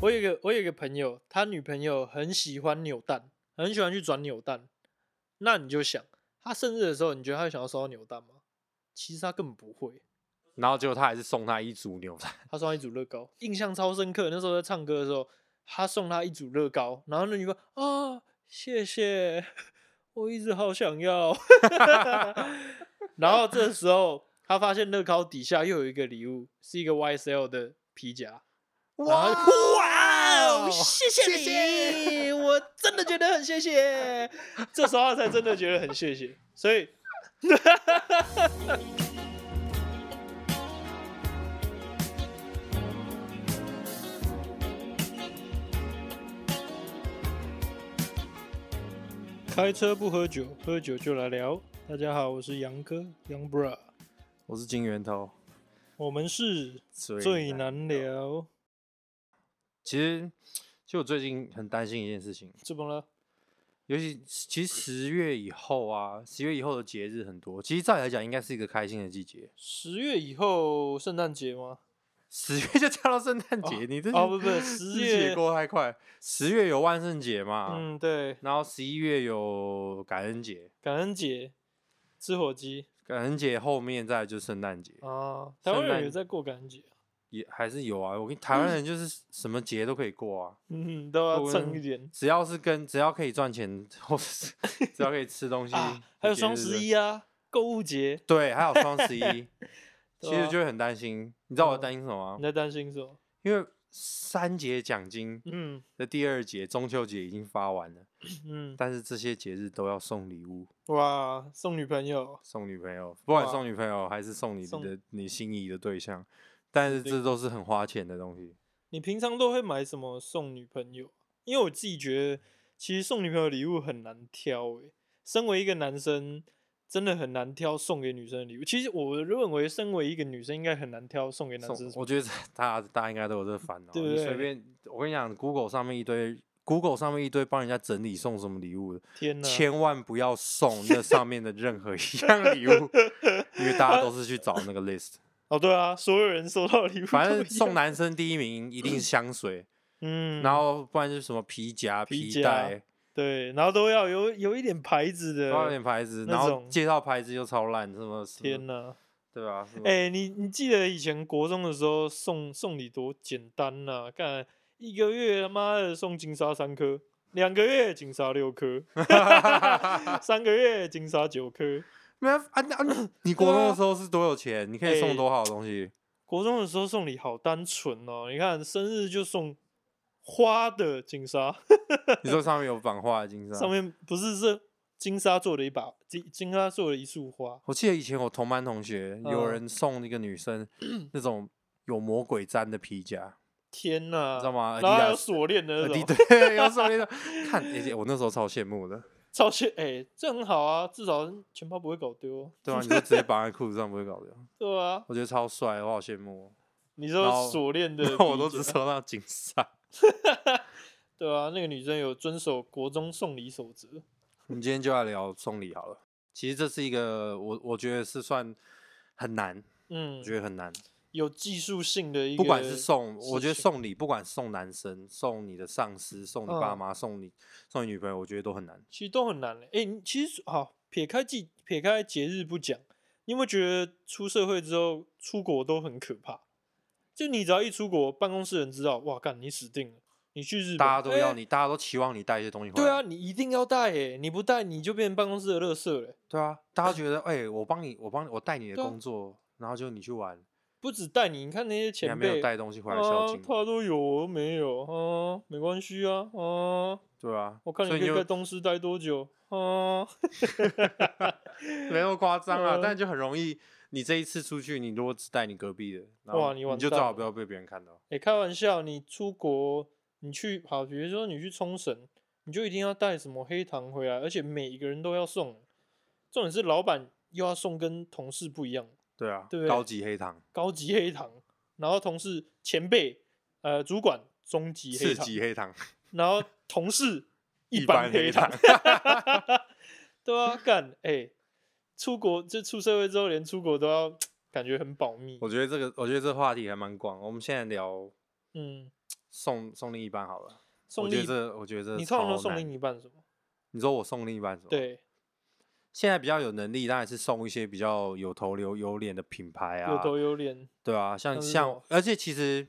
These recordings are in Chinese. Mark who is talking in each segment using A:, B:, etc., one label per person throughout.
A: 我有一个我有一个朋友，他女朋友很喜欢扭蛋，很喜欢去转扭蛋。那你就想，他生日的时候，你觉得他会想要收到扭蛋吗？其实他根本不会。
B: 然后结果他还是送他一组牛排，
A: 他送他一组乐高，印象超深刻。那时候在唱歌的时候，他送他一组乐高，然后那女朋友啊，谢谢，我一直好想要。 然后这时候他发现乐高底下又有一个礼物，是一个 YSL 的皮夹。哇哇哦！谢谢你，我真的觉得很谢谢。 这时候他才真的觉得很谢谢，所以 开车不喝酒，喝酒就来聊。大家好，我是杨哥杨 bra，
B: 我是金源头，
A: 我们是最
B: 最
A: 难聊。
B: 其实，其实我最近很担心一件事情，
A: 怎么了？
B: 尤其其实十月以后啊，十月以后的节日很多。其实照理来讲，应该是一个开心的季节。
A: 十月以后圣诞节吗？
B: 十月就跳到圣诞节，你这
A: 哦不不，十
B: 日期也
A: 月
B: 过太快。十月有万圣节嘛，
A: 嗯对，
B: 然后十一月有感恩节，
A: 感恩节吃火鸡
B: 感恩节后面再来就是圣诞节，
A: 啊，台湾
B: 圣诞
A: 人有在过感恩节啊，
B: 也还是有啊。我跟台湾人就是什么节都可以过啊，
A: 嗯都要
B: 我
A: 蹭一点
B: 只要是跟只要可以赚钱，或者是只要可以吃东西，
A: 啊，还有
B: 节日
A: 双十
B: 就
A: 一啊，购物节，
B: 对，还有双 十一，其
A: 对啊
B: 实就会很担心。你知道我
A: 嗯
B: 在担心什么
A: 你
B: 吗？
A: 在担心什么？
B: 因为三节奖金
A: 嗯
B: 的第二节中秋节已经发完了，
A: 嗯，
B: 但是这些节日都要送礼物，
A: 哇，送女朋友，
B: 送女朋友，不管
A: 哇
B: 送女朋友还是送你
A: 送
B: 的你心仪的对象，但是
A: 定
B: 这都是很花钱的东西。
A: 你平常都会买什么送女朋友？因为我自己觉得，其实送女朋友礼物很难挑诶、身为一个男生，真的很难挑送给女生的礼物。其实我认为，身为一个女生，应该很难挑送给男
B: 送
A: 生什么。
B: 我觉得 大家大家应该都有这个烦恼。
A: 对不
B: 你随
A: 对
B: 便，我跟你讲，Google 上面一堆，Google 上面一堆帮人家整理送什么礼物的，
A: 天哪！
B: 千万不要送那上面的任何一 样礼物，因为大家都是去找那个 list。
A: 哦，对啊，所有人收到的礼物，
B: 反正送，男生第一名一定是香水，
A: 嗯，
B: 然后不然就是什么皮夹、
A: 皮
B: 皮
A: 夹
B: 带，
A: 对，然后都要有有一点牌子
B: 多少点
A: 的。
B: 牌子，
A: 那
B: 然后
A: 种
B: 介绍牌子又超烂，什么什么
A: 天哪！
B: 对吧、什么
A: 哎、你你记得以前国中的时候送送礼多简单呐、干一个月他妈的送金沙三颗，两个月金沙六 颗，三个月金沙九颗。
B: 没有啊啊 啊！你国中的时候是多有钱？你可以
A: 哎
B: 送多好的东西？
A: 国中的时候送礼好单纯哦，你看生日就送花的金沙，
B: 你说上面有版画 的金沙
A: 上？面不是是金沙做的一把金金沙做的一束花，
B: 我记得以前我同班同学有
A: 嗯
B: 人送一个 女生那种有魔鬼毡的皮夹，
A: 天呐，
B: 知道吗
A: 然后还有
B: Adidas
A: 锁链的那
B: 呃，
A: 种
B: 对， 对，有送那种。 看，而且我那时候超羡慕的，
A: 超炫哎、这很好啊，至少钱包不会搞丢，
B: 对啊，你就直接绑在裤子上不会搞掉，
A: 对啊。
B: 我觉得超帅，我好羡慕哦。
A: 你
B: 然
A: 说
B: 后，
A: 锁链的
B: 我都只
A: 知道。
B: 收到金沙。
A: 对啊，那个女生有遵守国中送礼守则。
B: 我们今天就来聊送礼好了。其实这是一个我我觉得是算很难，
A: 嗯
B: 我，觉得很难。
A: 有技术性嗯的一个，
B: 不管是送，我
A: 事
B: 觉
A: 情
B: 得送礼，不管送男生、送你的上司、送你爸
A: 嗯
B: 妈、送你送你女朋友，我觉得都很难。
A: 其实都很难嘞。哎、你其实好，撇开季撇开节日不讲，你有没有觉得出社会之后出国都很可怕？就你只要一出国，办公室人知道，哇，干你死定了！你去日本，
B: 大家都要
A: 诶
B: 你，大家都期望你带一些东西回来。
A: 哎对啊，，你一定要带诶、你不带你就变成办公室的垃圾了、欸
B: 对啊，大家觉得哎，我帮你，我帮你，我带你的
A: 对啊
B: 工作，然后就你去玩，
A: 不止带你，你看那些
B: 你还
A: 前
B: 没有
A: 辈，
B: 带东西回来孝
A: 啊，
B: 敬，
A: 他都有，我没有，啊，没关系啊，啊，
B: 对啊。
A: 我看
B: 所
A: 你可
B: 以
A: 以
B: 就
A: 在东师待多久啊？
B: 没那么夸张啊，
A: 嗯
B: 但就很容易。你这一次出去，你如果只带你隔壁的，然后
A: 哇你
B: 你
A: 完
B: 就最
A: 蛋
B: 好
A: 了
B: 不要被别人看到。
A: 哎、开玩笑，你出国，你去好，比如说你去冲绳，你就一定要带什么黑糖回来，而且每一个人都要送。重点是老板又要送跟同事不一样，
B: 对啊，
A: 对不
B: 高
A: 对
B: 级黑糖，
A: 高级黑糖，然后同事前辈呃主管中级黑
B: 次
A: 糖，
B: 级黑糖，
A: 然后同事
B: 一
A: 般
B: 般黑
A: 糖
B: 糖，
A: 对啊，干哎、出国就出社会之后，连出国都要感觉很保密，
B: 我觉得这个，我觉得这话题还蛮广。我们现在聊
A: 嗯，
B: 送送另一半好了。
A: 送
B: 我觉
A: 另
B: 得
A: 一
B: 这，我觉得这
A: 你通常
B: 超
A: 都送
B: 难
A: 另一半什么？
B: 你说我送另一半是吧？，
A: 对，
B: 现在比较有能力，当然是送一些比较有头有有脸的品牌啊，
A: 有头有脸。
B: 对啊，像
A: 像是什
B: 像
A: 么，
B: 而且其实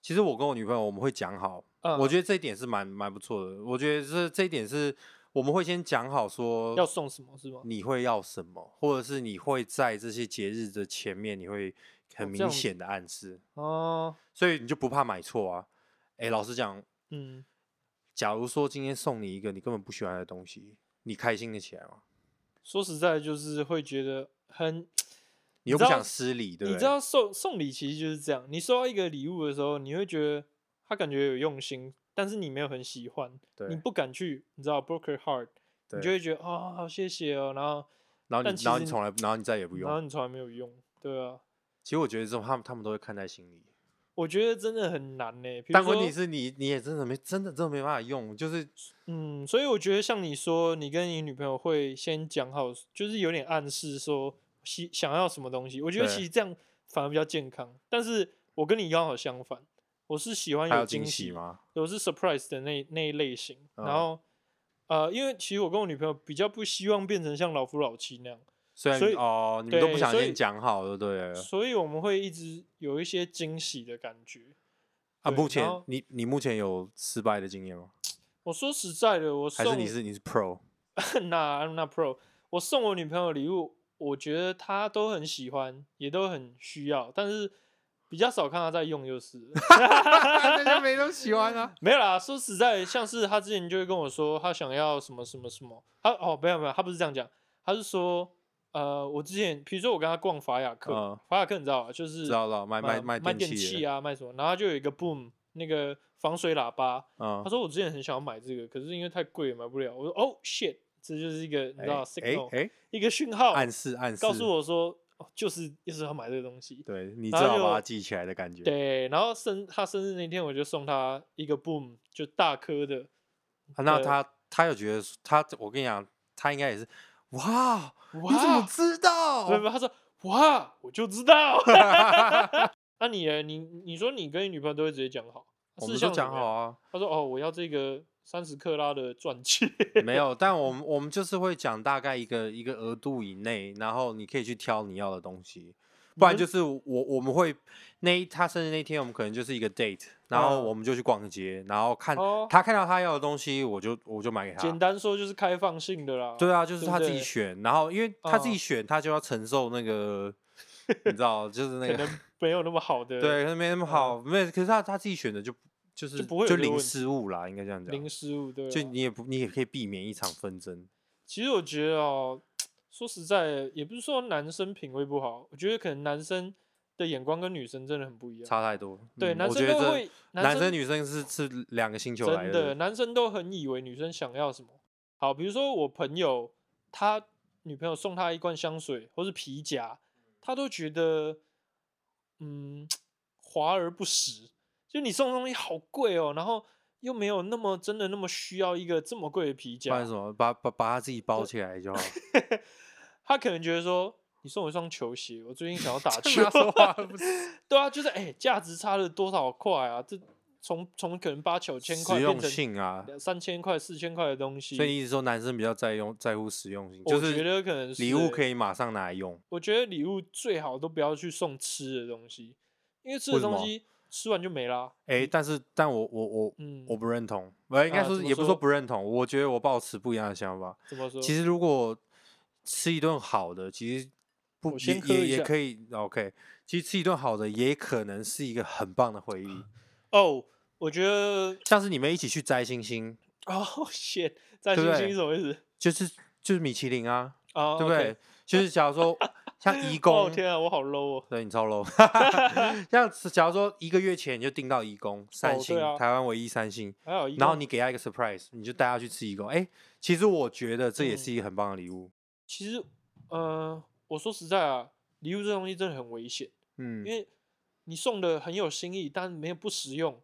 B: 其实我跟我女朋友我们会讲好，
A: 嗯，
B: 我觉得这一点是蛮蛮不错的。我觉得这这一点是我们会先讲好说
A: 要送什么是吗？
B: 你会要什么，或者是你会在这些节日的前面，你会
A: 哦这
B: 很明
A: 样
B: 显的暗示，
A: 哦，
B: 所以你就不怕买错啊。哎、老实讲，
A: 嗯，
B: 假如说今天送你一个你根本不喜欢的东西，你开心得起来吗？
A: 说实在就是会觉得很，
B: 你又
A: 知
B: 不
A: 道
B: 想失礼，对不
A: 你
B: 对？
A: 知道送送礼其实就是这样，你收到一个礼物的时候，你会觉得他感觉有用心，但是你没有很喜欢，
B: 对
A: 你不敢去，你知道 broker heart，
B: 对
A: 你就会觉得哦，好谢谢哦，然后
B: 然后
A: 但
B: 你，
A: 其
B: 然后
A: 实
B: 你
A: 你
B: 从来，然后你再也不
A: 然后
B: 用。
A: 你从来没有用，对啊，
B: 其实我觉得这种他们他们都会看在心里，
A: 我觉得真的很难呢、比如
B: 但问
A: 说
B: 题是你你也真的没真的真的没办法用，就是
A: 嗯，所以我觉得像你说，你跟你女朋友会先讲好，就是有点暗示说希想要什么东西。我觉得
B: 对
A: 其实这样反而比较健康。但是我跟你刚好相反，我是喜欢
B: 还有
A: 有惊
B: 喜
A: 喜，
B: 吗？
A: 我是 surprise 的那那一类型。
B: 嗯
A: 然后呃，因为其实我跟我女朋友比较不希望变成像老夫老妻那样，
B: 虽然
A: 所以
B: 哦，你们都不
A: 对
B: 想
A: 所
B: 先
A: 以
B: 讲好，对不对？啊
A: 所以我们会一直有一些惊喜的感觉。
B: 啊，
A: 对
B: 目
A: 然
B: 前
A: 后
B: 你你目前有失败的经验吗？
A: 我说实在的，我
B: 还
A: 送
B: 是你是你是 Pro？
A: 那 I'm not pro，我送我女朋友礼物，我觉得她都很喜欢，也都很需要，但是比较少看她在用，就是了
B: 大家没都喜欢啊。
A: 没有啦。说实在，像是她之前就会跟我说，她想要什么什么什么，她哦没有没有，她不是这样讲，她是说呃，我之前比如说我跟她逛法雅克，
B: 嗯
A: 法雅克你知道吧？就是
B: 知道了，卖卖
A: 卖
B: 卖
A: 呃嗯卖
B: 电
A: 电
B: 器
A: 器
B: 的，
A: 啊，卖什么，然后她就有一个 boom 那个防水喇叭，
B: 嗯
A: 他，说我之前很想要买这个，可是因为太贵了买不了。我说哦 shit，这就是一个你知道 signal，、
B: 哎，
A: 一个讯号，
B: 暗示暗示，
A: 告诉我说哦就是就是要买这个东西。
B: 对你至
A: 然后
B: 少把
A: 就
B: 它记起来的感觉。
A: 对，然后生他生日那天我就送他一个 boom，就大颗的，
B: 啊那
A: 对
B: 他他有觉得他，我跟你讲，他应该也是哇，你怎么
A: 哇，
B: 知道？
A: 没有没有，他说哇，我就知道。 那、你呢你你说你跟你女朋友都会直接讲好，
B: 我
A: 是
B: 们
A: 像
B: 就
A: 什
B: 讲
A: 么
B: 好
A: 样。
B: 啊，
A: 他说哦，我要这个三十克拉的钻戒。
B: 没有，但我们我们就是会讲大概一个一个额度以内，然后你可以去挑你要的东西，不然
A: 们
B: 就是我我们会那一他生日那天，我们可能就是一个 date，然后
A: 嗯
B: 我们就去逛街，然后看、
A: 哦
B: 他看到他要的东西，我就我就买给
A: 简
B: 他。
A: 单说就是开放性的啦。
B: 对啊，就是
A: 不
B: 他自己
A: 对
B: 选，然后因为他自己
A: 嗯
B: 选，他就要承受 那个，你知道，就是那
A: 可
B: 个
A: 能没有那么好的
B: 对，可能啊没那么好，没有，可是他他自己选的就就是
A: 嗯不会有
B: 就
A: 这个
B: 零
A: 问
B: 失误啦，应该这样讲，
A: 零失误，对、啊。
B: 就你也不你也可以避免一场纷争。
A: 其实我觉得哦，说实在的，也不是说男生品味不好，我觉得可能男生的眼光跟女生真的很不一样。
B: 差太多。
A: 对，
B: 嗯
A: 男
B: 我
A: 生
B: 觉
A: 都
B: 得这
A: 会，
B: 男
A: 生
B: 女生是是两个星球来
A: 真的，男生都很以为女生想要什么。好，比如说我朋友，他女朋友送他一罐香水或是皮夹，他都觉得，嗯，华而不实。就你送的东西好贵哦，然后又没有那么真的那么需要一个这么贵的皮
B: 不然
A: 夹
B: 什，么把把把他自己包起来 就好。
A: 他可能觉得说，你送我一双球鞋，我最近想要 打球
B: 这哪，说话不
A: 对啊，就是哎，价、值差了多少块啊？这从从可能八九千块
B: 实
A: 变
B: 用
A: 成
B: 性啊，
A: 两三千块、四千块的东西，
B: 所以你一直说男生比较在用在乎实用性，就
A: 我觉
B: 是
A: 得可能是
B: 礼物
A: 欸
B: 可以马上拿来用。
A: 我觉得礼物最好都不要去送吃的东西，因为吃的
B: 为什
A: 东
B: 么
A: 西吃完就没啦。
B: 哎，但是但我我我
A: 嗯，
B: 我不认同，我应该
A: 啊
B: 说
A: 怎
B: 是
A: 么
B: 也不是说
A: 说
B: 不认同，我觉得我抱持不一样的想法。
A: 怎么说？
B: 其实如果吃一顿好的，其实不
A: 我
B: 也
A: 先喝
B: 也
A: 一
B: 也
A: 下
B: 可以 OK。其实吃一顿好的也可能是一个很棒的 回忆，
A: 哦，我觉得
B: 像是你们一起去摘星星，
A: 哦 shit，在
B: 对
A: 星
B: 不
A: 星
B: 对
A: 是什么意思
B: 就是就是米其林啊，
A: 啊？
B: 对不对
A: OK？
B: 就是假 如说像义工，
A: 哦天啊，我好 low 哦。
B: 对你 超 low，像是假如说一个月前你就订到义工
A: 哦
B: 三
A: 对
B: 星，
A: 啊
B: 台湾唯一三星，
A: 还有一个，
B: 然后你给他一个 surprise，你就带他去吃义工。哎，其实我觉得这也
A: 嗯
B: 是一个很棒的礼物。
A: 其实，呃，我说实在啊，礼物这东西真的很危险，
B: 嗯
A: 因，为你送的很有心意，但没有不实用，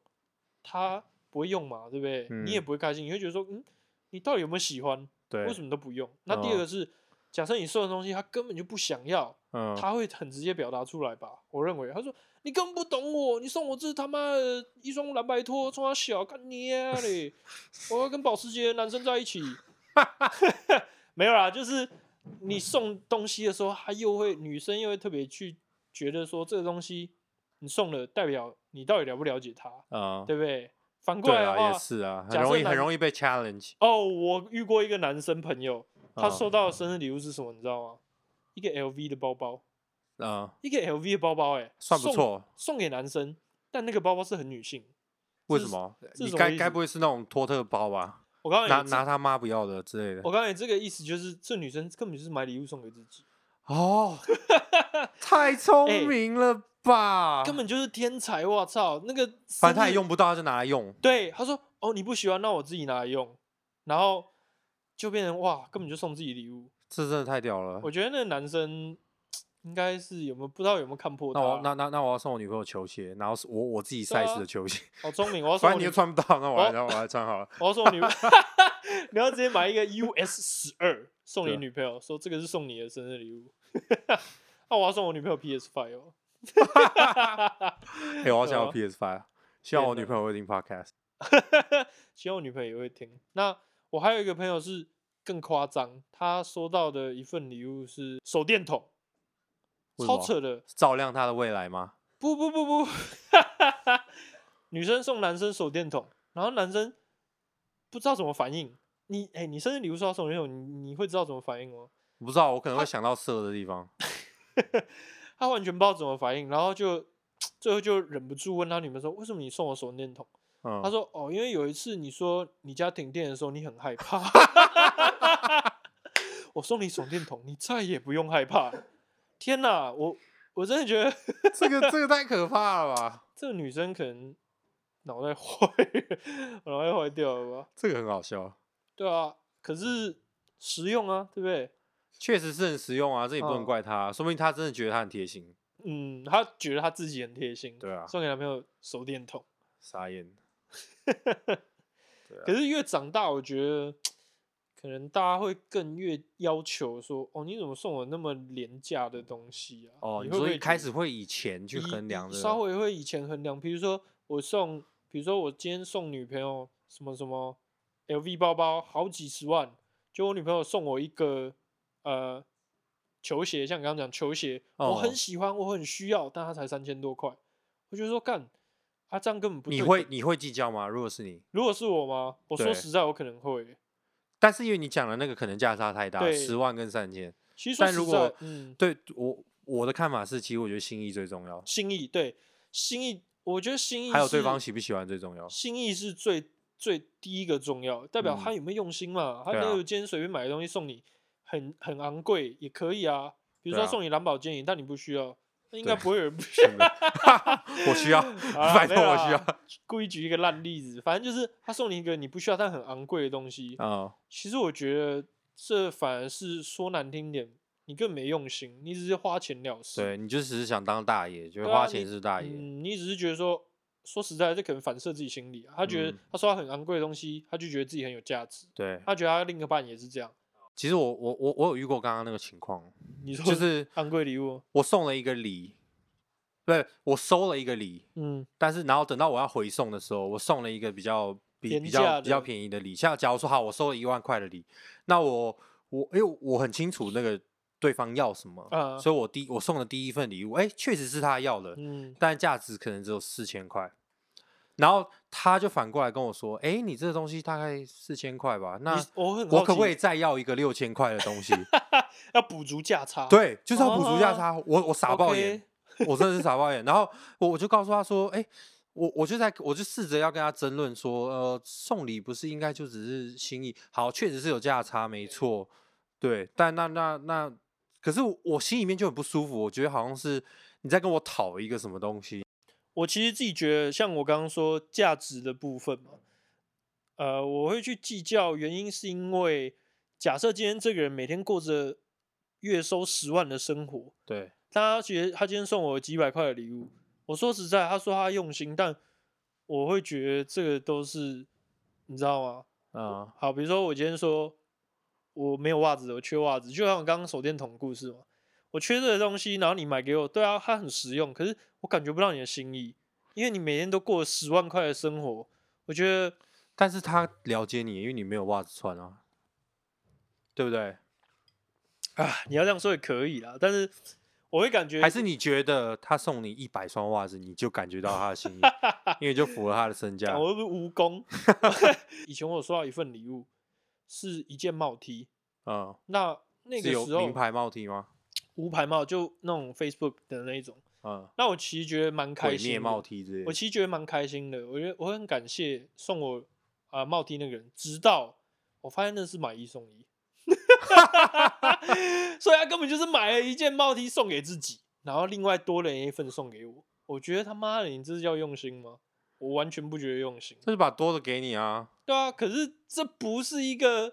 A: 他不会用嘛，对不对？你也
B: 嗯
A: 不会开心，你会觉得说，嗯，你到底有没有喜欢？
B: 对
A: 为，什么都不用？那第
B: 哦
A: 二个是，假设你送的东西他根本就不想要，
B: 嗯，
A: 他会很直接表达出来吧？我认为，他说你根本不懂我，你送我这他妈的一双蓝白拖，穿小干你啊嘞！ 我要跟保时捷的男生在一起。 没有啦，就是你送东西的时候，他又会女生又会特别去觉得说这个东西你送了，代表你到底了不了解他，
B: 嗯，
A: 对不对？反过
B: 对
A: 来的
B: 啊，
A: 话
B: 也，是啊，很
A: 假
B: 容
A: 设
B: 易很
A: 男
B: 容易被 challenge。
A: 哦，我遇过一个男生朋友，他
B: 嗯
A: 收到的生日礼物是什么？你知道吗？一个 LV 的包包，
B: 嗯，
A: 一个 LV 的包包、欸，哎，
B: 算不错。
A: 送给男生，但那个包包是很女性。
B: 为
A: 这
B: 什
A: 是
B: 么？
A: 这
B: 你
A: 什么
B: 该
A: 意
B: 该
A: 思
B: 不会是那种托特包吧？
A: 我告诉
B: 拿
A: 你，
B: 拿
A: 这
B: 他妈不要的之类的
A: 我。告诉你这个意思就是，这女生根本就是买礼物送给自己，
B: 哦，太聪
A: 哎
B: 明了吧！
A: 根本就是天才。我操，那个
B: 啊反正他
A: 生
B: 也
A: 日
B: 用不到，他就拿来用。
A: 对，他说哦你不喜欢，那我自己拿来用，然后就变成哇，根本就送自己礼物。
B: 这真的太屌了。
A: 我觉得那个男生应该是有没有不知道有没有看破
B: 那
A: 他，
B: 我那那那我要送我女朋友球鞋，然后是我我自己
A: 啊对啊
B: size 的球鞋，
A: 好聪明，我要送我
B: 反正你
A: 女
B: 又穿不到，那我来
A: 哦
B: 那我来穿好了。
A: 我要送我女， 你要直接买一个 US 十二送你
B: 对啊
A: 女朋友，说这个是送你的生日礼物。 那、我要送我女朋友 PS Five 哦。
B: 哎，我好想要
A: 对啊
B: PS Five，希望我
A: 天
B: 女
A: 哪
B: 朋友会听 podcast。
A: 希望我女朋友也会听。那我还有一个朋友是更夸张，他收到的一份礼物是手电筒，
B: 为什
A: 超
B: 么
A: 扯的。
B: 照亮她的未来吗？
A: 不不不不， 女生送男生手电筒，然后男生不知道怎么反应。你哎、你生日礼物收到手电筒，你你会知道怎么反应吗？
B: 我不知道，我可能会想到色的地方。
A: 他完全不知道怎么反应，然后就最后就忍不住问他女朋友说：“为什么你送我手电筒？”
B: 嗯，
A: 他说：“哦，因为有一次你说你家停电的时候，你很害 怕。我送你手电筒，你再也不用害怕。”天哪，我我真的觉得
B: 这个这个太可怕了吧？
A: 这个女生可能脑袋坏了，脑袋坏掉了吧？
B: 这个很好笑，
A: 对啊，可是实用啊，对不对？
B: 确实是很实用啊，这也不能
A: 嗯
B: 怪她，说不定她真的觉得她很贴心。
A: 嗯，她觉得她自己很贴心，
B: 对啊
A: 送给男朋友手电筒。
B: 傻眼。对啊
A: 可是越长大，我觉得可能大家会更越要求说，哦，你怎么送我那么廉价的东西啊？
B: 哦，
A: 你
B: 你
A: 会不
B: 说
A: 会
B: 一开始会以钱去
A: 以
B: 衡
A: 以
B: 量的，
A: 稍微会以前衡量，比如说我送，比如说我今天送女朋友什么什么 LV 包包，好几十万，就我女朋友送我一个呃球鞋，像你刚刚讲球鞋，我
B: 哦
A: 很喜欢，我很需要，但它才三千多块，我就说干，啊这样根本不
B: 你
A: 对
B: 会
A: 等
B: 你会计较吗？如果是你，
A: 如果是我吗？我说
B: 对
A: 实在，我可能会欸、
B: 但是因为你讲的那个可能价差太大，
A: 对
B: 十万跟三千。
A: 其实说
B: 但
A: 实
B: 如
A: 在
B: 果，
A: 嗯，
B: 对我我的看法是，其实我觉得心意最重要，
A: 心意对心意，我觉得心意
B: 还有对
A: 是
B: 方喜不喜欢最 重要。
A: 心意是最最第一个重要的，代表他
B: 嗯
A: 有没有用心嘛？他
B: 对
A: 没
B: 啊
A: 有今天随便买的东西送你，很很昂贵也可以啊。比如
B: 对
A: 说
B: 啊
A: 送你蓝宝坚尼，但你不需要，那应该
B: 对
A: 不会有 人不需
B: 真的
A: 要。
B: 我 需要，
A: 好啦
B: 反
A: 啊没
B: 正
A: 有
B: 我需要
A: 啦。故意举一个烂例子，反正就是他送你一个你不需要但很昂贵的东 西。
B: 嗯，
A: 其实我觉得这反而是说难听点，你更没用心，你只是花钱了事。
B: 对你就只是想当大爷，觉得
A: 对啊
B: 花
A: 你
B: 钱是大爷。
A: 嗯，你只是觉得说，说实在的，这可能反射自己心理啊。他觉得
B: 嗯
A: 他收到很昂贵的东西，他就觉得自己很有价值。
B: 对，
A: 他觉得他另一半也是这样。
B: 其实我我我我有遇过刚刚那个情 况，
A: 你说
B: 就是
A: 昂贵礼物，
B: 我送了一个礼，不是我收了一个礼，
A: 嗯
B: 但是然后等到我要回送的时候，我送了一个比较比
A: 廉
B: 比
A: 价
B: 较比较
A: 的
B: 便宜的礼。像假如说好，我收了一万块的礼，那我我因为我很清楚那个对方要什么，
A: 啊
B: 所以我第我送的第一份礼物，哎、确实是他要的，
A: 嗯，
B: 但价值可能只有四千块。然后他就反过来跟我说：“哎、你这个东西大概四千块吧，那
A: 你我很
B: 我
A: 好
B: 可不
A: 奇
B: 可以再要一个六千块的东 西？”
A: 要补足价差？，
B: 对，就是要补足价
A: 哦
B: 差。我我傻爆眼
A: OK
B: 我真的是傻爆眼。然后我我就告诉他说，哎、我我就在我就试着要跟他争论说，呃，送礼不是应该就只是心意？好，确实是有价差，没错，对。但那那那，可是我我心里面就很不舒服，我觉得好像是你在跟我讨一个什么东西。
A: 我其实自己觉得，像我刚刚说价值的部分嘛，呃，我会去计较，原因是因为假设今天这个人每天过着月收十万的生活，
B: 对，
A: 他觉得他今天送我几百块的礼物，我说实在，他说他用心，但我会觉得这个都是你知道吗？
B: 啊、
A: 嗯好，比如说我今天说我没有袜子，我缺袜子，就像我刚刚手电筒的故事嘛，我缺这个东西，然后你买给我，对啊，它很实用，可是我感觉不到你的心意，因为你每天都过十万块的生活，我觉得
B: 但是他了解你，因为你没有袜子穿啊，对不对？
A: 啊，你要这样说也可以啦，但是我会感觉
B: 还是你觉得他送你一百双袜子，你就感觉到他的心意，因为就符合他的身价
A: 讲？ 我又不是蜈蚣。 以前我有收到一份礼物，是一件帽 T，
B: 嗯，
A: 那那
B: 是
A: 个
B: 有
A: 时候
B: 名牌帽 T 吗？
A: 无牌帽，就那种 Facebook 的那一种。
B: 嗯，
A: 那我其实觉得蛮开
B: 毁
A: 心
B: 灭
A: 的，
B: 帽 T 之类
A: 我
B: 的。
A: 其实觉得蛮开心的。我觉得我很感谢送我啊、帽 T 那个人，直到我发现那是买一送一， 所以他根本就是买了一件帽 T 送给自己，然后另外多了一份送给我。我觉得他妈的，你这是叫用心吗？我完全不觉得用心。
B: 这就把多的给你啊，
A: 对啊，可是这不是一个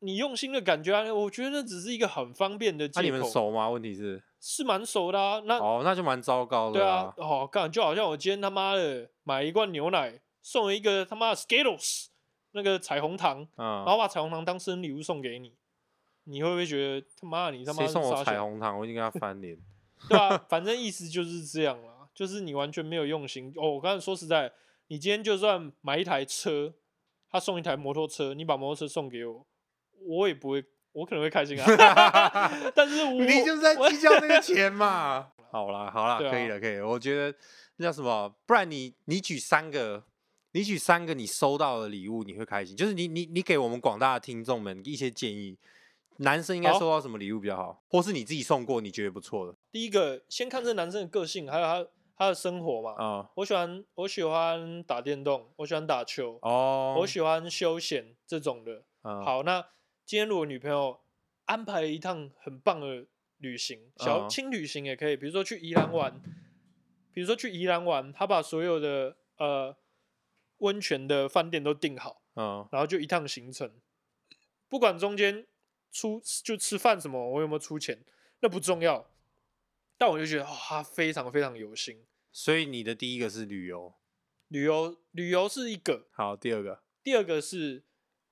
A: 你用心的感觉啊，我觉得那只是一个很方便的借口。啊
B: 那、你们熟吗？问题是，
A: 是蛮熟的啊，那
B: 哦，那就蛮糟糕
A: 对
B: 的
A: 啊
B: 啊，。
A: 哦，干，就好像我今天他妈的买一罐牛奶，送了一个他妈的 Skittles 那个彩虹糖，然
B: 嗯，
A: 后把彩虹糖当生日礼物送给你，你会不会觉得他妈的你他妈
B: 谁
A: 是
B: 送我
A: 傻
B: 彩
A: 小？
B: 虹糖，我一定跟他翻 脸。
A: 对 啊，反正意思就是这样啦，就是你完全没有用心。哦，我刚才说实在，你今天就算买一台车，他送一台摩托车，你把摩托车送给我，我也不会，我可能会开心啊。 但是我
B: 你就是在
A: 我
B: 计较那个 钱嘛。好啦，好啦，
A: 对啊
B: 可以了，可以了。我觉得那叫什么？不然你你举三个，你举三个你收到的礼物，你会开心。就是你你你给我们广大的听众们一些建议，男生应该
A: 好
B: 收到什么礼物比较好，或是你自己送过你觉得不错的
A: 第一个先看这男生的个性，还有他他的生活嘛。
B: 啊、
A: 我喜欢我喜欢打电动，我喜欢打球，
B: 哦，
A: 我喜欢休闲这种的。
B: 嗯，
A: 好，那今天如果女朋友安排了一趟很棒的旅行，小
B: 嗯
A: 轻旅行也可以，比如说去宜兰玩，比如说去宜兰玩，她把所有的呃温泉的饭店都订好，
B: 嗯，
A: 然后就一趟行程，不管中间出就吃饭什么，我有没有出钱，那不重要。但我就觉得哇，她非常非常有心。
B: 所以你的第一个是旅游，
A: 旅游旅游是一个，
B: 好，第二个
A: 第二个是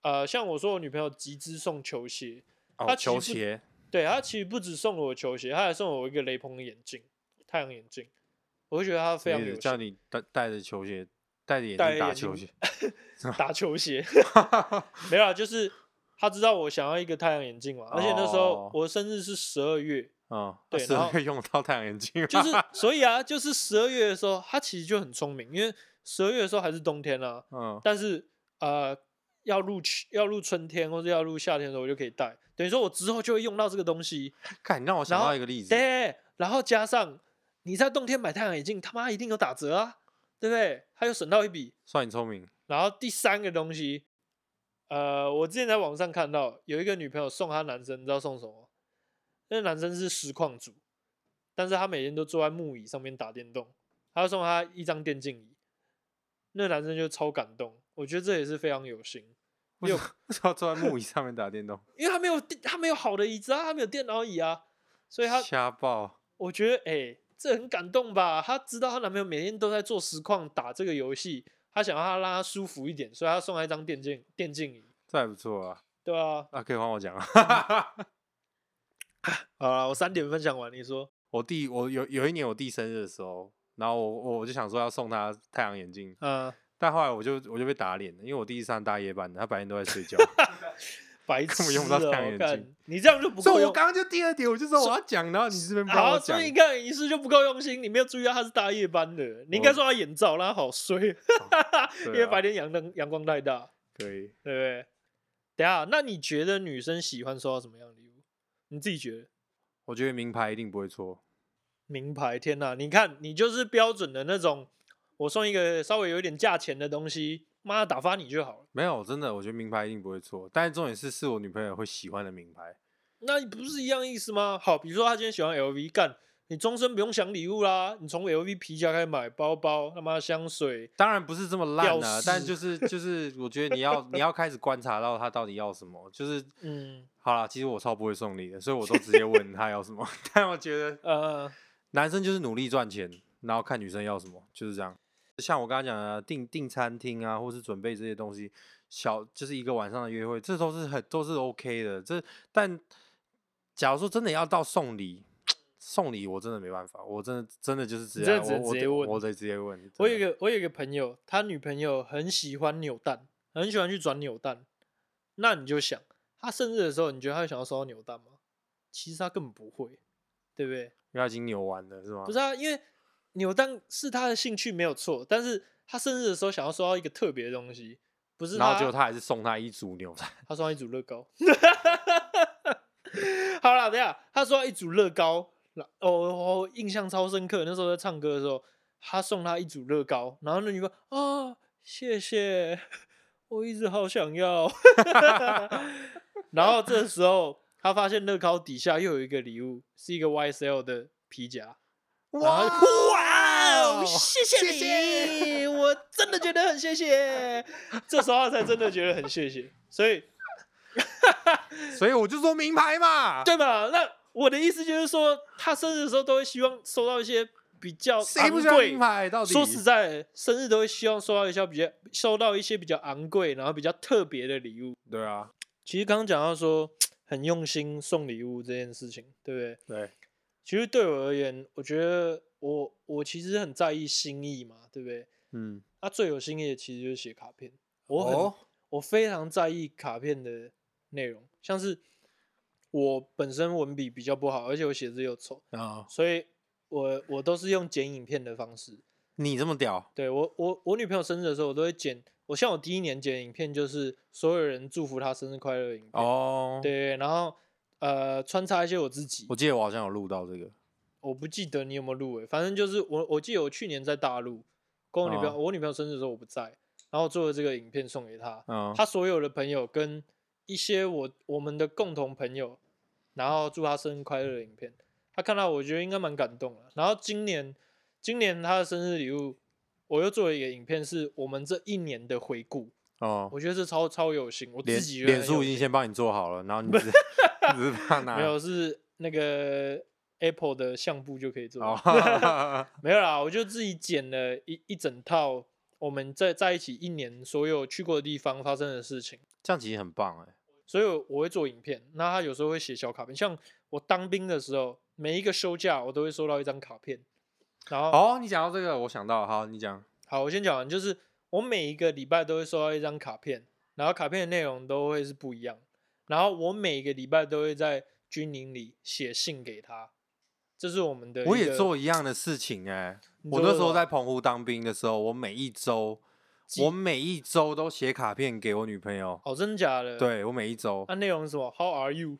A: 呃，像我说我女朋友集资送球鞋，
B: 哦，
A: 他其实
B: 球
A: 不
B: 鞋，
A: 对她其实不只送了我球鞋，她还送了我一个雷朋的眼镜，太阳眼镜，我就觉得她非
B: 什
A: 常
B: 么意
A: 有
B: 思叫
A: 心。
B: 你戴戴着球鞋，戴着眼
A: 戴
B: 镜
A: 着
B: 打
A: 眼
B: 球
A: 睛
B: 鞋，
A: 打球鞋，没有啦，啊就是她知道我想要一个太阳眼镜嘛，而且那时候
B: 哦
A: 我生日是十二月，
B: 嗯，
A: 对
B: 是
A: 然后
B: 可以用到太阳眼镜吗，
A: 就是所以啊，就是十二月的时候，她其实就很聪明，因为十二月的时候还是冬天啦、
B: 嗯，
A: 但是呃，要入秋要入春天或者要入夏天的时候，我就可以带。等于说我之后就会用到这个东西，
B: 看你让我想
A: 然
B: 到
A: 后
B: 一个例子，
A: 对。然后加上你在冬天买太阳眼镜，他妈一定有打折啊，对不对？他又省到一笔。
B: 算你聪 明，
A: 然后第三个东西，呃，我之前在网上看到有一个女朋友送她男生，你知道送什么吗？那个男生是实况主，但是他每天都坐在木椅上面打电动，他送他一张电竞椅，那个男生就超感动，我觉得这也是非常有心，
B: 为什么为什么要坐在木椅上面打电动？
A: 因为他没有电他没有好的椅子啊，他没有电脑椅啊，所以他
B: 瞎爆，
A: 我觉得哎、这很感动吧？她知道她男朋友每天都在做实况打这个游戏，她想要他让他舒服一点，所以她送他一张电竞电竞椅，
B: 这还不错啊。
A: 对啊，
B: 那、可以换我讲啊。
A: 好了，我三点分享完，你说
B: 我弟，我有有一年我弟生日的时候，然后我我我就想说要送他太阳眼镜，
A: 啊、
B: 但后来我就我就被打脸了，因为我弟上大夜班的，他白天都在睡觉，
A: 白
B: 根
A: 痴、哦，
B: 本用不到太阳眼镜
A: 干你这样 就不
B: 所
A: 够
B: 以我
A: 用，
B: 刚刚就第二点，我就说我要讲，然后你这边不让
A: 好，
B: 我
A: 所
B: 讲
A: 以，你看一次就不够用心，你没有注意到他是大夜班的，你应
B: 我
A: 该说他眼罩，让他好睡，
B: 啊
A: 因
B: 对
A: 为
B: 啊
A: 白天阳灯阳光太大，
B: 可以。
A: 对不对？等一下，那你觉得女生喜欢收到什么样的礼物？你自己觉得？
B: 我觉得名牌一定不会错，
A: 名牌，天哪！你看，你就是标准的那种，我送一个稍微有一点价钱的东西，妈打发你就好了。
B: 没有真的，我觉得名牌一定不会错。但是重点是，是我女朋友会喜欢的名牌。
A: 那你不是一样意思吗？好，比如说他今天喜欢 LV，干你终身不用想礼物啦，你从 LV 皮夹开始买包包，他妈香水，
B: 当然不是这么烂
A: 屌
B: 啊，但
A: 丝
B: 就是就是，我觉得你要你要开始观察到他到底要什么。就是
A: 嗯
B: 好啦，其实我超不会送礼的，所以我都直接问他要什么。 但我觉得
A: 呃，
B: 男生就是努力赚钱，然后看女生要什么，就是这样。像我刚刚讲的啊订订餐厅啊，或是准备这些东西，小就是一个晚上的约会，这都是很都是 OK 的。这但假如说真的要到送礼，送礼我真的没办法，我真的真的就是直
A: 你
B: 接
A: 真
B: 来
A: 的只
B: 我
A: 能
B: 我
A: 直接问
B: 得我得直接问。
A: 我有一
B: 真的
A: 个我有一个朋友，他女朋友很喜欢扭蛋，很喜欢去转扭蛋。那你就想，他生日的时候，你觉得他会想要收到扭蛋吗？其实他根本不会，对不对？
B: 因为他已经扭完了是吗？
A: 不是啊，因为扭蛋是他的兴趣没有错，但是他生日的时候想要收到一个特别的东西，不是
B: 然后
A: 他
B: 结果他还是送他一组扭蛋，
A: 他送他一组乐高。 好啦，等一下他送他一组乐高，然哦，我、印象超深刻。那时候在唱歌的时候，他送他一组乐高，然后那女的啊，谢谢，我一直好想要。 然后这时候他发现乐高底下又有一个礼物，是一个 YSL 的皮夹。哇哇！哦谢谢你，我真的觉得很谢谢。这时候他才真的觉得很谢谢，所以
B: 所以我就说名牌 嘛，
A: 对吧？那我的意思就是说，他生日的时候都会希望收到一些比较
B: 谁
A: 昂
B: 不喜欢
A: 贵
B: 名。牌？到底
A: 说实在的，生日都会希望收到一些比较收到一些比较昂贵，然后比较特别的礼物。
B: 对啊，
A: 其实刚刚讲到说很用心送礼物这件事情，对不对？
B: 对，
A: 其实对我而言，我觉得我我其实很在意心意嘛，对不对？
B: 嗯，
A: 啊，最有心意的其实就是写卡片。我很、
B: 哦
A: 我非常在意卡片的内容，像是我本身文笔比较不好，而且我写字又丑，
B: 啊，
A: 所以我我都是用剪影片的方式。
B: 你这么屌，
A: 对我我我女朋友生日的时候，我都会剪。我像我第一年剪的影片就是所有人祝福她生日快乐的影片，
B: 哦，
A: 对，然后呃穿插一些我自己，
B: 我记得我好像有录到这个，
A: 我不记得你有没有入围，反正就是我我记得我去年在大陆跟我女朋友，
B: 啊
A: 我女朋友生日的时候我不在，然后做了这个影片送给她，
B: 嗯，
A: 她所有的朋友跟一些我我们的共同朋友，然后祝她生日快乐的影片，她看到我觉得应该蛮感动的。然后今年今年她的生日礼物，我又做了一个影片，是我们这一年的回顾，
B: 哦，
A: 我觉得这超超有型，我自
B: 脸
A: 己觉得
B: 脸
A: 很
B: 书
A: 有
B: 已经
A: 型
B: 先帮你做好了，然后你 只你只是怕拿
A: 没有是那 个 Apple 的相簿就可以做。
B: 哦，
A: 没有啦，我就自己剪了一一整套我们在在一起一年所有去过的地方发生的事情，
B: 这样其实很棒哎，
A: 所以我会做影片。那他有时候会写小卡片，像我当兵的时候，每一个休假我都会收到一张卡片。然后，
B: 哦，你讲到这个，我想到，好，你讲，
A: 好，我先讲完，就是我每一个礼拜都会收到一张卡片，然后卡片的内容都会是不一样。然后我每个礼拜都会在军营里写信给他，这是我们的。
B: 我也做，一样的事情哎，
A: 你
B: 我
A: 做
B: 那
A: 了
B: 时候
A: 什么
B: 在澎湖当兵的时候，我每一周，
A: 寄
B: 我每一周都写卡片给我女朋友，
A: 哦，真的假的？，
B: 对我每 一周
A: 那、内容是什么？How are you?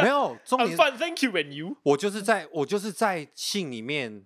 B: 没有重
A: I'm
B: 点是
A: fine, thank you, and you?
B: 我就是在我就是在信里面，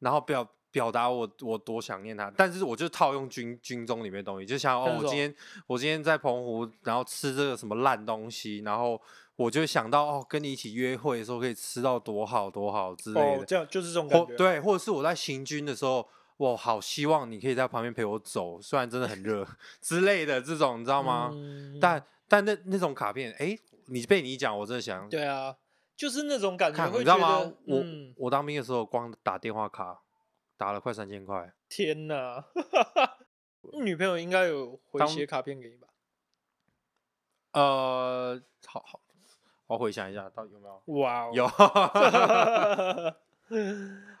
B: 然后表表达我我多想念他，但是我就套用军军中里面的东西，就
A: 像
B: 想哦，
A: 是
B: 我
A: 什
B: 今
A: 么
B: 天我今天在澎湖，然后吃这个什么烂东西，然后我就想到哦，跟你一起约会的时候可以吃到多好多好之类
A: 哦，
B: 的，
A: 这样就是这种感
B: 或
A: 觉。，
B: 对，或者是我在行军的时候。我好希望你可以在旁边陪我走，虽然真的很热 之类的这种，你知道啊吗？
A: 嗯
B: 但但那那种卡片，哎、你被你一讲，我真的想
A: 对啊，就是那种感觉，
B: 看，你
A: 会
B: 知道
A: 觉
B: 吗
A: 得？，
B: 我
A: 嗯，
B: 我当兵的时候，光打电话卡打了快三千块。
A: 天哪，女朋友应该有回
B: 当
A: 写卡片给你吧？
B: 呃，好好，我回想一下，到底有没有？
A: 哇哦，
B: 有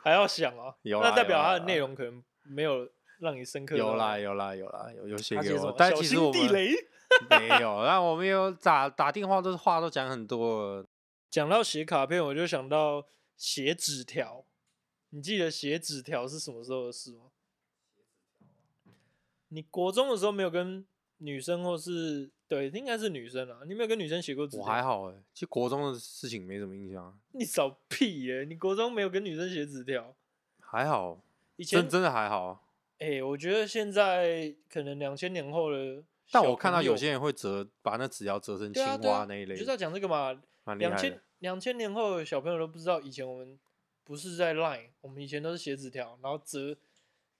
A: 还要想啊，
B: 有啦
A: 那代
B: 有
A: 表
B: 啦
A: 它的
B: 有啦
A: 内容可能没有让你深刻。
B: 有 啦，有啦有啦有有写
A: 他
B: 给
A: 写什
B: 我
A: 么，？
B: 但
A: 小
B: 其实
A: 心
B: 我
A: 地
B: 们
A: 雷。
B: 没有，那我们有打打电话都是话都讲很多了。
A: 讲到写卡片，我就想到写纸条。你记得写纸条是什么时候的事吗？你国中的时候没有跟女生或是对，应该是女生啊，你没有跟女生写过纸
B: 我还
A: 条？
B: 好哎、其实国中的事情没什么印象，啊
A: 你少屁耶、你国中没有跟女生写纸条？
B: 还好，
A: 以前
B: 真真的还好。
A: 哎、我觉得现在可能两千年后的，
B: 但我看到有些人会折，把那纸条折成
A: 对啊
B: 青
A: 对啊
B: 蛙那一类
A: 你就
B: 的，
A: 是要讲这个嘛，
B: 蛮厉害
A: 两
B: 的
A: 千。两千年后的小朋友都不知道，以前我们不是在 Line，我们以前都是写纸条，然后折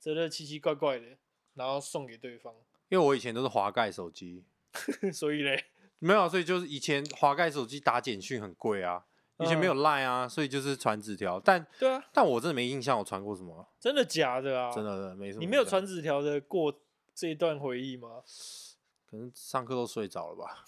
A: 折的奇奇怪怪的，然后送给对方。
B: 因为我以前都是滑盖手机，
A: 所以嘞，
B: 没有啊，所以就是以前滑盖手机打简讯很贵啊，以前没
A: 嗯
B: 有 Line 啊，所以就是传纸条，但
A: 对啊，
B: 但我真的没印象我传过什么，
A: 真的假的啊？
B: 真的真的没什么。
A: 你没有传，纸条的过这一段回忆吗？
B: 可能上课都睡着了吧？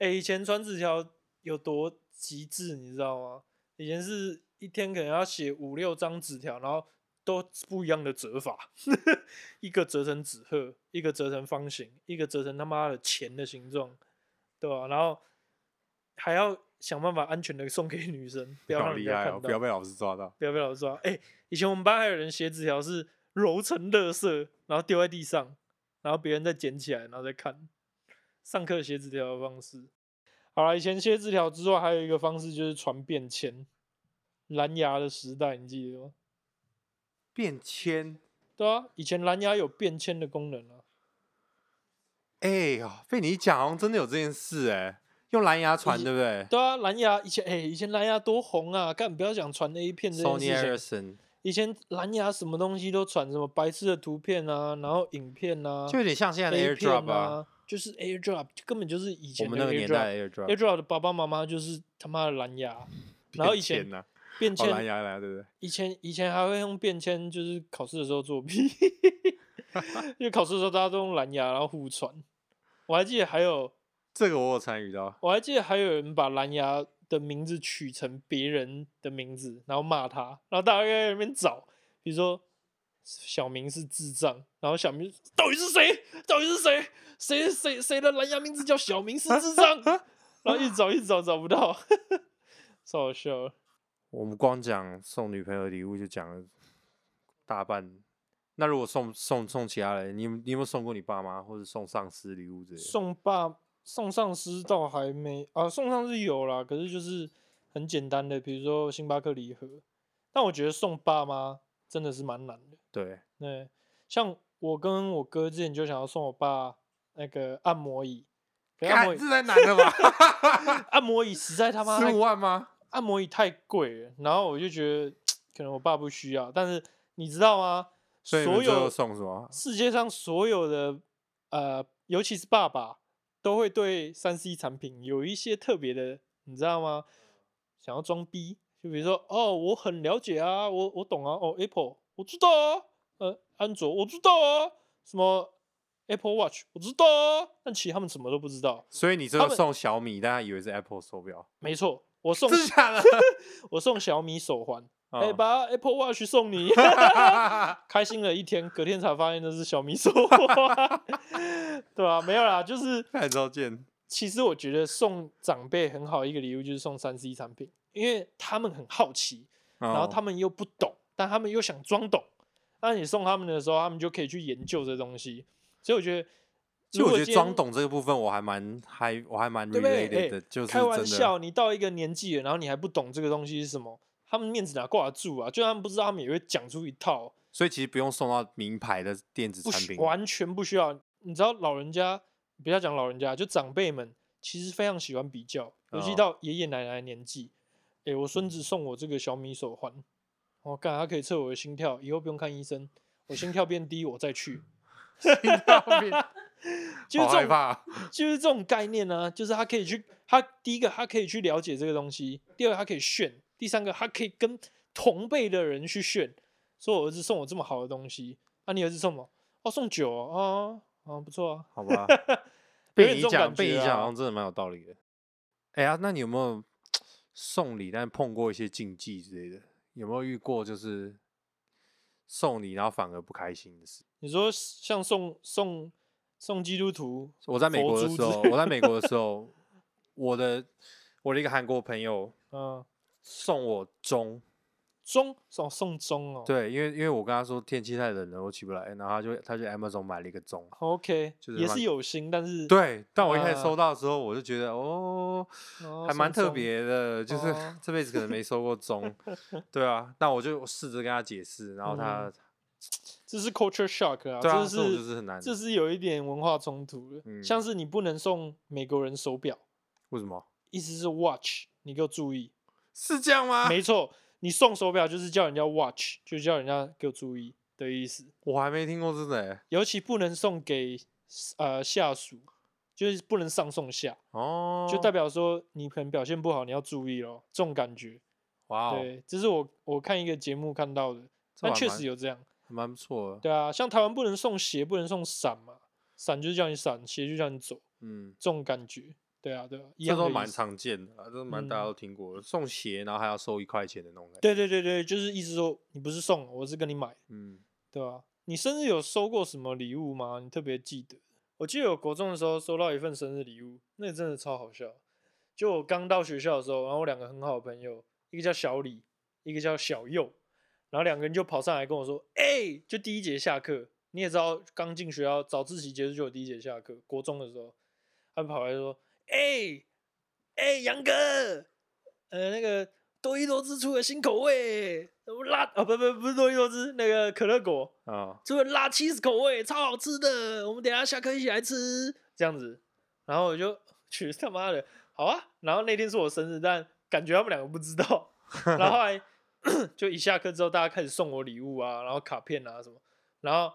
A: 哎、以前传纸条有多极致，你知道吗？以前是一天可能要写五六张纸条，然后都不一样的折法， 一个折成纸鹤，一个折成方形，一个折成他妈的钱的形状，对吧、然后还要想办法安全的送给女生，不要
B: 好
A: 让人
B: 厉
A: 家
B: 害
A: 看
B: 哦，
A: 到，
B: 不要被老师抓到。
A: 不要被老师抓。哎、以前我们班还有人写纸条是揉成垃圾，然后丢在地上，然后别人再捡起来，然后再看。上课写纸条的方式。好了，以前写纸条之外，还有一个方式就是传便签。蓝牙的时代，你记得吗？
B: 便签，
A: 对啊，以前蓝牙有便签的功能啊。
B: 哎呀，被你一讲，好像真的有这件事哎、用蓝牙传
A: 以
B: 对不对
A: 对啊，蓝牙以前哎、以前蓝牙多红啊！干，不要讲传 A 片这
B: ？Sony
A: 件事情。
B: Ericsson
A: 以前蓝牙什么东西都传，什么白痴的图片啊，然后影片啊，
B: 就有点像现在的
A: A 片
B: AirDrop 啊，
A: 啊，就是 AirDrop，根本就是以
B: 我
A: 前
B: 们
A: 的
B: 那个年代的
A: AirDrop。
B: AirDrop，
A: AirDrop 的爸爸妈妈就是他妈的蓝牙，然后以前
B: 呢，
A: 便
B: 哦蓝
A: 签，
B: 牙蓝牙对不对？
A: 以前以前还会用便签，就是考试的时候作 弊，因为考试的时候大家都用蓝牙，然后互传。我还记得还有，
B: 这个我有参与到，
A: 我还记得还有人把蓝牙的名字取成别人的名字，然后骂他，然后大家在那边找，比如说小明是智障，然后小明到底是谁？到底是谁？谁谁谁的蓝牙名字叫小明是智障？然后一直找一直找找不到， 超好笑了。
B: 我们光讲送女朋友礼物就讲了大半。那如果送送送其他人，你有你有没有送过你爸妈或者送上司礼物之类的？
A: 送爸送上司倒还没啊，送上司有啦，可是就是很简单的，比如说星巴克礼盒。但我觉得送爸妈真的是蛮难的。
B: 对，
A: 对，像我跟我哥之前就想要送我爸那个按摩椅，可是按摩
B: 看
A: 椅
B: 这太难了吧？
A: 按摩椅实 在他妈太
B: 十五万吗？
A: 按摩椅太贵了，然后我就觉得可能我爸不需要，但是你知道吗？
B: 所以你
A: 所
B: 们最后
A: 有
B: 送什么？
A: 世界上所有的呃，尤其是爸爸，都会对三 C 产品有一些特别的，你知道吗？想要装逼，就比如说哦，我很了解啊，我我懂啊，哦，Apple 我知道啊，呃，安卓我知道啊，什么 Apple Watch 我知道啊，但其实他们什么都不知道。
B: 所以你最
A: 他
B: 后
A: 们
B: 送小米，大家以为是 Apple 手表，
A: 没错，我送
B: 真的假的？
A: 我送小米手环，哎、
B: 嗯
A: 把 Apple Watch 送你。 开心了一天，隔天才发现那是小米手环， 对吧、没有啦，就是
B: 太糟践。
A: 其实我觉得送长辈很好一个礼物就是送三 C 产品，因为他们很好奇，
B: 然
A: 然后他们又不懂，但他们又想装懂。那你送他们的时候，他们就可以去研究这东西。所以我觉得，
B: 其实
A: 如
B: 我
A: 果
B: 觉得
A: 今天
B: 装懂这个部分我还蛮还我还蛮
A: 对不对
B: related
A: 哎
B: 的，就是
A: 开玩
B: 真的
A: 笑，你到一个年纪了，然后你还不懂这个东西是什么，他们面子哪挂得住啊？就算他们不知道，他们也会讲出一套。
B: 所以其实不用送到名牌的电子
A: 不
B: 产
A: 需
B: 品，
A: 完全不需要。你知道老人家，不要讲老人家，就长辈们其实非常喜欢比较，尤其
B: 哦
A: 到爷爷奶奶的年纪。诶、我孙
B: 嗯
A: 子送我这个小米手环，我、哦、干，它可以测我的心跳，以后不用看医生，我心跳变低我再 去，
B: 听 到面
A: 就是
B: 好
A: 这
B: 害
A: 种
B: 怕。啊
A: 就是这种概念呢、就是他可以去，他第一个他可以去了解这个东西，第二个他可以炫，第三个他可以跟同辈的人去炫，说我儿子送我这么好的东西，啊，你儿子送什么？哦，送酒哦，哦，哦不错啊，
B: 好吧，
A: 有
B: 被
A: 点
B: 你
A: 这种
B: 讲
A: 感
B: 被你
A: 觉
B: 讲，
A: 啊
B: 好像真的蛮有道理的。哎呀，那你有没有送礼但碰过一些禁忌之类的？有没有遇过就是送礼然后反而不开心的事？
A: 你说像送送送基督徒，
B: 我在美
A: 佛
B: 国的
A: 珠
B: 时
A: 之
B: 候，我在美国的时候，我的我的一个韩国朋友
A: 嗯、
B: 送我钟，
A: 钟送送钟哦，
B: 对，因为因为我跟他说天气太冷了，我起不来，然后他就他就 Amazon 买了一个钟。呃
A: ，OK，
B: 就是
A: 也
B: 蛮
A: 是有心，但是，
B: 对，但我一开始
A: 啊
B: 收到的时候，我就觉得哦，
A: 哦
B: 还蛮
A: 送
B: 特
A: 钟
B: 别的，就是
A: 哦
B: 这辈子可能没收 过钟，对啊，那我就试着跟他解释，然后他，
A: 这是 culture shock 啊，
B: 对啊，
A: 嗯这
B: 这种
A: 是
B: 就是很难，
A: 这是有一点文化冲突的，
B: 嗯
A: 像是你不能送美国人手表，
B: 为什么？
A: 意思是 watch，你给我注意，
B: 是这样吗？
A: 没错，你送手表就是叫人家 watch，就叫人家给我注意的意思，
B: 我还没听过这个、欸，
A: 尤其不能送给呃下属，就是不能上送下，
B: 哦，
A: 就代表说你可能表现不好，你要注意咯，这种感觉。
B: 哇哦，
A: 对，这是我我看一个节目看到的，
B: 这
A: 但
B: 还
A: 确
B: 蛮
A: 实有这样。
B: 还蛮不错的，
A: 对啊，像台湾不能送鞋，不能送伞嘛，伞就是叫你闪，鞋就叫你走，
B: 嗯，
A: 这种感觉。对啊，对啊，一
B: 这
A: 样
B: 都
A: 的意
B: 蛮
A: 思
B: 常见的啊，这都蛮大家
A: 嗯
B: 都听过的，送鞋然后还要收一块钱的那种感觉，
A: 对对对对，就是意思说你不是送我，我是跟你买，
B: 嗯，
A: 对吧、你生日有收过什么礼物吗？你特别记得？我记得我国中的时候收到一份生日礼物，那个真的超好笑。就我刚到学校的时候，然后我两个很好的朋友，一个叫小李，一个叫小右，然后两个人就跑上来跟我说：“哎、就第一节下课，你也知道，刚进学校早自习结束就有第一节下课。国中的时候，他们跑来说：‘哎、哎、杨哥，呃，那个多益多汁出了新口味，辣啊、哦、不不不是多益多汁，那个可乐果。’
B: 啊，
A: 这个辣 cheese 口味超好吃的，我们等一下下课一起来吃。这样子，然后我就去 他妈的，好啊！然后那天是我生日，但感觉他们两个不知道。 然后后来就一下课之后，大家开始送我礼物啊，然后卡片啊什么。然后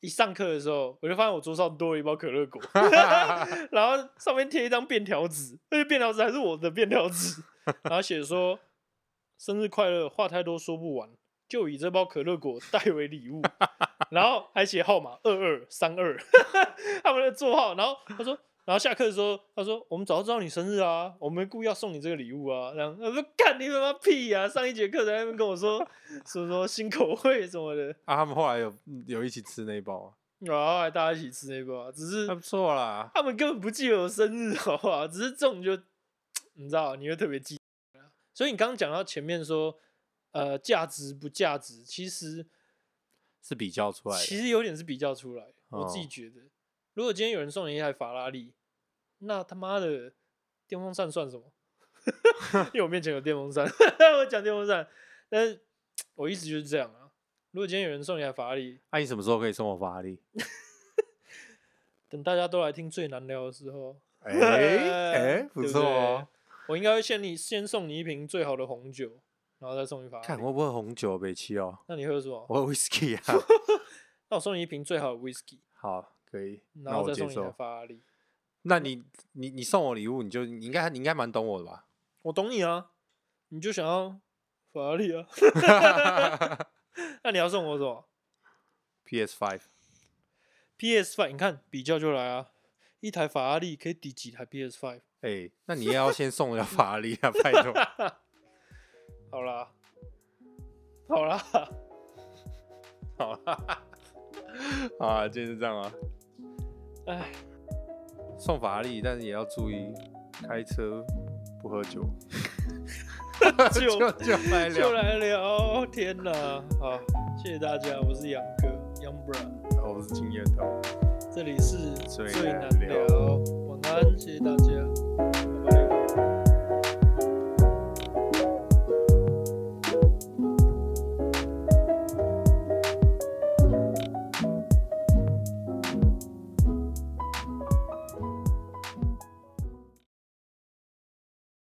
A: 一上课的时候，我就发现我桌上多了一包可乐果，
B: 啊
A: 然后上面贴一张便条纸，那个便条纸还是我的便条纸，然后写说生日快乐，话太多说不完，就以这包可乐果代为礼物。然后还写号码二二三二， 他们的座号。然后他说，然后下课的时候，他说我们早就知道你生日啊，我们故意要送你这个礼物啊。然后我说干你他妈屁呀、上一节课在那边跟我说什么什么新口味什么的，
B: 啊，他们后来有嗯有一起吃那一包啊，
A: 然后还大家一起吃那个啊，只是
B: 还不错啦，
A: 他们根本不记得我生日，好不好？ 只是这种就你知道，你会特别记。所以你刚刚讲到前面说，呃，价值不价值，其实
B: 是比较出来
A: 其
B: 的，
A: 实有点是比较出来，我自己
B: 哦
A: 觉得，如果今天有人送你一台法拉利，那他妈的电风扇算什么？ 因为我面前有电风扇， 我讲电风扇，但是我意思就是这样啊。如果今天有人送你一台法拉利，
B: 啊那你什么时候可以送我法 拉利？
A: 等大家都来听最难聊的时候，
B: 哎哎，不
A: 对
B: 错
A: 对
B: 哦。
A: 我应该会先你先送你一瓶最好的红酒，然后再送你法拉
B: 看
A: 利
B: 我不会红酒北七哦，
A: 那你喝什么？
B: 我会 whisky 啊。
A: 那我送你一瓶最好的 whisky，
B: 好，可以，
A: 然
B: 那
A: 后
B: 我
A: 再
B: 接
A: 送你一台
B: 受。
A: 法拉利。
B: 那你你你送我礼物，你就你应该你应该蛮懂我的吧？
A: 我懂你啊，你就想要法拉利 啊。那你要送我什么
B: PS Five，
A: ？PS Five，你看比较就来啊，一台法拉利可以抵几台 PS Five？
B: 哎、那你也要先送人家法拉利啊，拜托。
A: 好啦，好啦，
B: 好啦，好啊，今天是这样啊。
A: 哎，
B: 送法拉利，但是也要注意开车不喝酒。
A: 就
B: 就就来
A: 就
B: 聊，
A: 来聊，天哪！好，谢谢大家，我是杨哥杨 Bra，
B: 哦我是经验到。
A: 这里是
B: 最
A: 最
B: 难
A: 难
B: 聊
A: 聊，晚安，谢谢大家，拜拜。